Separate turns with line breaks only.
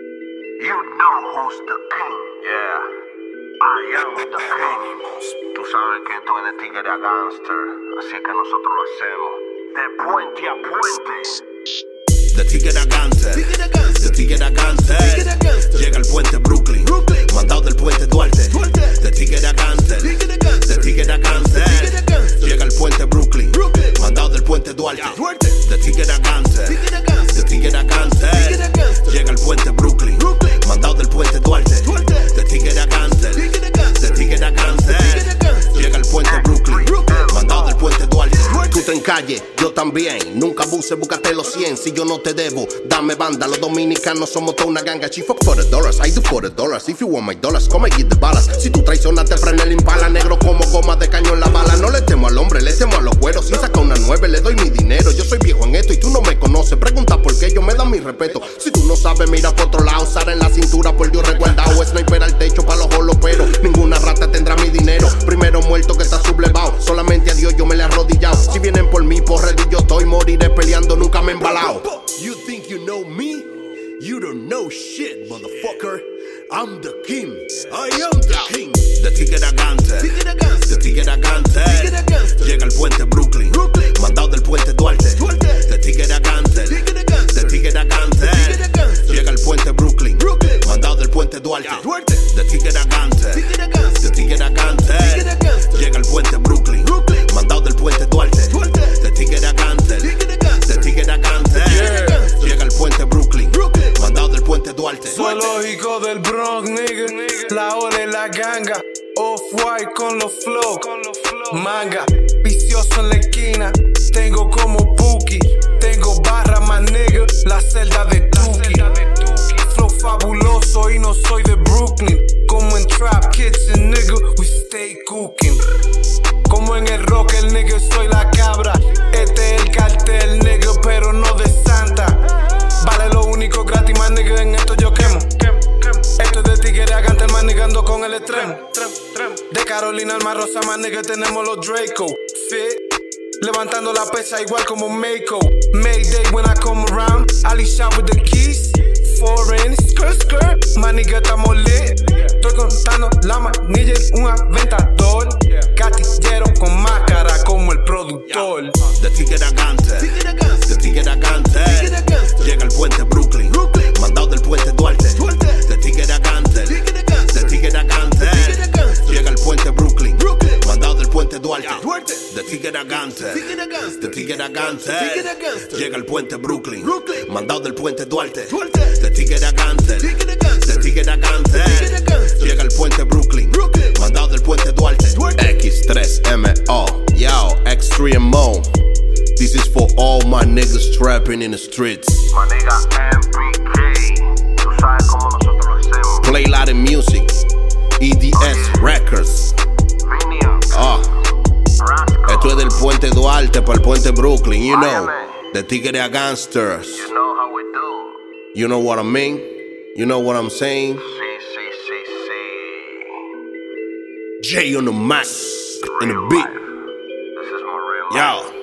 You know who's the king. Yeah. I am the king. Tú sabes que esto es de tigre a gangster, así que nosotros lo hacemos. De puente a puente.
The Tigger a Gangster.
Tigger a Gangster.
The Tigger a Gangster.
Tigger a Gangster.
Llega al puente Brooklyn.
Brooklyn.
Mandado del puente Duarte.
Duarte.
The Tigger a Gangster.
Tigger a Gangster.
The Tigger a Gangster.
Tigger a Gangster.
Llega al puente Brooklyn.
Brooklyn.
Mandado del puente Duarte.
Duarte.
The Tigger a Gangster.
Tigger a Gangster.
The Tigger a Gangster.
Tigger a Gangster.
Llega al puente Brooklyn.
Brooklyn.
Mandado del puente Duarte.
Duarte.
The Tigger a Gangster.
Tigger a Gangster.
The Tigger a Gangster.
Tigger a Gangster.
Llega al puente Brooklyn.
Brooklyn.
Mandado del puente Duarte.
Duarte.
Tú te encalles, yo también. Nunca abuses, búscate los 100. Si yo no te debo, dame banda. Los dominicanos somos toda una ganga. She fuck for the dollars, I do for the dollars. If you want my dollars, come and get the balas. Si tú traicionas, te frena el impala. Negro como goma de cañón la bala. No le temo al hombre, le temo a los cueros. Si saca una nueve, le doy mi dinero. Yo soy viejo en esto y tú no me conoces. Pregunta por qué, yo me da mi respeto. Si tú no sabes, mira por otro lado. Sara en la cintura, por Dios resguardado. Sniper al techo para los holoperos. Ninguna rata tendrá mi dinero. Primero muerto que está sublevado. Solamente a Dios yo me le he arrodillado. Si vienen por mí, por redil yo estoy. Moriré peleando, nunca me he embalado.
You think you know me? You don't know shit, motherfucker. I'm the king. I am the king. The Tigger a Gangster.
Tigger a
The
Gangster.
Tigger a Gangster.
Tigger a Gangster.
Llega al puente Brooklyn.
Brooklyn.
Mandado del puente Duarte.
Duarte.
The Tigger a Gangster.
Tigger a
The
Gangster.
Tigger a Gangster.
Tigger a Gangster.
Llega al puente Brooklyn.
Brooklyn.
Mandado del puente Duarte.
Duarte.
The Tigger a Gangster.
Tigger a Gangster.
The Tigger a Gangster.
Tigger a Gangster.
Llega al puente Brooklyn.
Brooklyn.
Mandado del puente Duarte.
Duarte.
The Tigger a Gangster.
Tigger a Gangster.
The Tigger a Gangster.
Tigger a Gangster.
Llega al puente Brooklyn.
Brooklyn.
Mandado del puente Duarte.
Zoológico del Bronx, nigga. La ola y la ganga. Off-white con los flow. Manga. Vicioso en la esquina. Tengo como Puki. Tengo barra más nigga. La celda de Tuki. Flow fabuloso y no soy de Brooklyn. Como en Trap Kitchen, nigga. We stay cooking. Como en el rock, el nigga soy la cabra. Este es el cartel, nigga, pero no de Santa. Vale lo único gratis, más nigga, en esto yo quemo. Esto es de tigre a cantar, más nigga, ando con el extremo. De Carolina al Mar Rosa, más nigga, tenemos los Draco. Fit. Levantando la pesa igual como Mako. Mayday when I come around. Ali shot with the keys. Foreign, skirt, skirt. My nigga, estamos lit. Estoy contando la manilla en un aventador. Gatillero con máscara como el productor.
The Tigger a Gangster.
Tigger a
The
Gangster.
Tigger a Gangster.
Tigger a Gangster.
Llega al puente Brooklyn.
Brooklyn.
Mandado del puente Duarte.
Duarte.
The Tigger a Gangster.
Tigger a Gangster.
The Tigger a Gangster.
Tigger a Gangster.
Llega al puente Brooklyn.
Brooklyn.
Mandado del puente Duarte.
Duarte.
The Tigger a Gangster.
Tigger a Gangster.
The Tigger a Gangster.
Tigger a Gangster.
Llega al puente Brooklyn.
Brooklyn.
Mandado del puente Duarte.
Duarte.
The Tigger a Gangster.
Tigger a Gangster.
The Tigger a
Tigger a
Gangster.
Gangster.
Llega al puente Brooklyn.
Brooklyn.
Mandado del puente Duarte.
X3MO, yo, X3MO. This is for all my niggas trapping in the streets.
Manega MPK. Tú sabes cómo nosotros lo hacemos.
Play loud in music, EDS Records.
Vinion.
Ah,
Rascal.
esto es del puente Duarte para el puente Brooklyn, you know. The Tigre a Gangsters.
You know how we do.
You know what I mean? You know what I'm saying?
Sí, sí, sí, sí.
J on the mic, in the beat.
This is my real life.
Yo.